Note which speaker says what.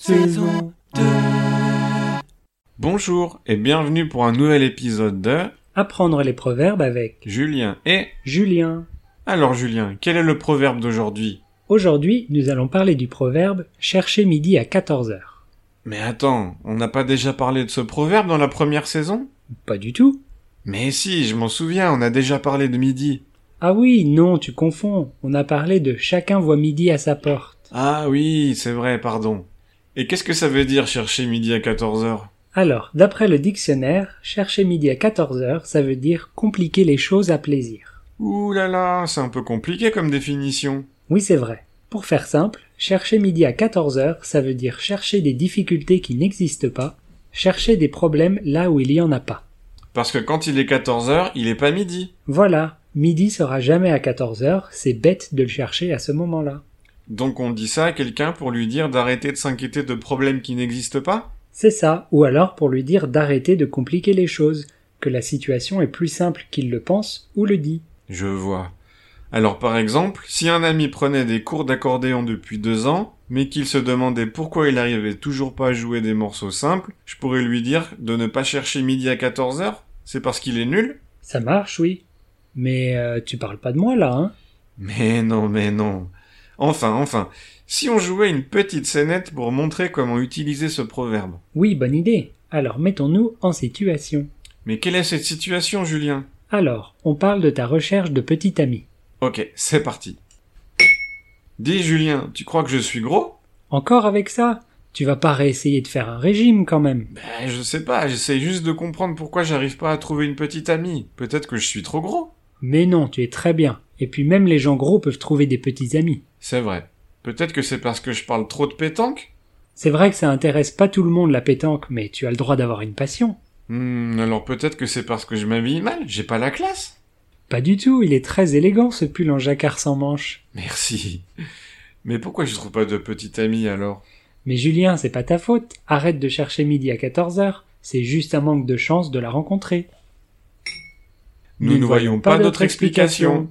Speaker 1: saison 2.
Speaker 2: Bonjour et bienvenue pour un nouvel épisode de
Speaker 1: Apprendre les proverbes avec
Speaker 2: Julien et...
Speaker 1: Julien.
Speaker 2: Alors Julien, quel est le proverbe d'aujourd'hui
Speaker 1: Aujourd'hui, nous allons parler du proverbe chercher midi à 14 heures.
Speaker 2: Mais attends, on n'a pas déjà parlé de ce proverbe dans la première saison
Speaker 1: Pas du tout.
Speaker 2: Mais si, je m'en souviens, on a déjà parlé de midi.
Speaker 1: Ah oui, non, tu confonds. On a parlé de chacun voit midi à sa porte.
Speaker 2: Ah oui, c'est vrai, pardon. Et qu'est-ce que ça veut dire chercher midi à 14 heures
Speaker 1: Alors, d'après le dictionnaire, chercher midi à 14 heures, ça veut dire compliquer les choses à plaisir.
Speaker 2: Ouh là là, c'est un peu compliqué comme définition.
Speaker 1: Oui, c'est vrai. Pour faire simple, chercher midi à 14 heures, ça veut dire chercher des difficultés qui n'existent pas, chercher des problèmes là où il y en a pas.
Speaker 2: Parce que quand il est 14 heures, il est pas midi.
Speaker 1: Voilà, midi sera jamais à 14 heures, c'est bête de le chercher à ce moment-là.
Speaker 2: Donc on dit ça à quelqu'un pour lui dire d'arrêter de s'inquiéter de problèmes qui n'existent pas
Speaker 1: C'est ça, ou alors pour lui dire d'arrêter de compliquer les choses, que la situation est plus simple qu'il le pense ou le dit.
Speaker 2: Je vois. Alors par exemple, si un ami prenait des cours d'accordéon depuis deux ans, mais qu'il se demandait pourquoi il arrivait toujours pas à jouer des morceaux simples, je pourrais lui dire de ne pas chercher midi à 14 heures C'est parce qu'il est nul
Speaker 1: Ça marche, oui. Mais euh, tu parles pas de moi là, hein
Speaker 2: Mais non, mais non. Enfin, enfin, si on jouait une petite scénette pour montrer comment utiliser ce proverbe.
Speaker 1: Oui, bonne idée. Alors mettons-nous en situation.
Speaker 2: Mais quelle est cette situation, Julien
Speaker 1: Alors, on parle de ta recherche de petit ami.
Speaker 2: Ok, c'est parti. Dis Julien, tu crois que je suis gros
Speaker 1: Encore avec ça Tu vas pas réessayer de faire un régime quand même.
Speaker 2: Ben je sais pas, j'essaie juste de comprendre pourquoi j'arrive pas à trouver une petite amie. Peut-être que je suis trop gros.
Speaker 1: Mais non, tu es très bien. Et puis même les gens gros peuvent trouver des petits amis.
Speaker 2: C'est vrai. Peut-être que c'est parce que je parle trop de pétanque
Speaker 1: C'est vrai que ça intéresse pas tout le monde la pétanque, mais tu as le droit d'avoir une passion.
Speaker 2: Hmm, alors peut-être que c'est parce que je m'habille mal, j'ai pas la classe
Speaker 1: Pas du tout, il est très élégant ce pull en jacquard sans manches.
Speaker 2: Merci. Mais pourquoi je trouve pas de petite amie alors
Speaker 1: Mais Julien, c'est pas ta faute. Arrête de chercher midi à 14 heures. C'est juste un manque de chance de la rencontrer.
Speaker 2: Nous ne voyons pas d'autre explication.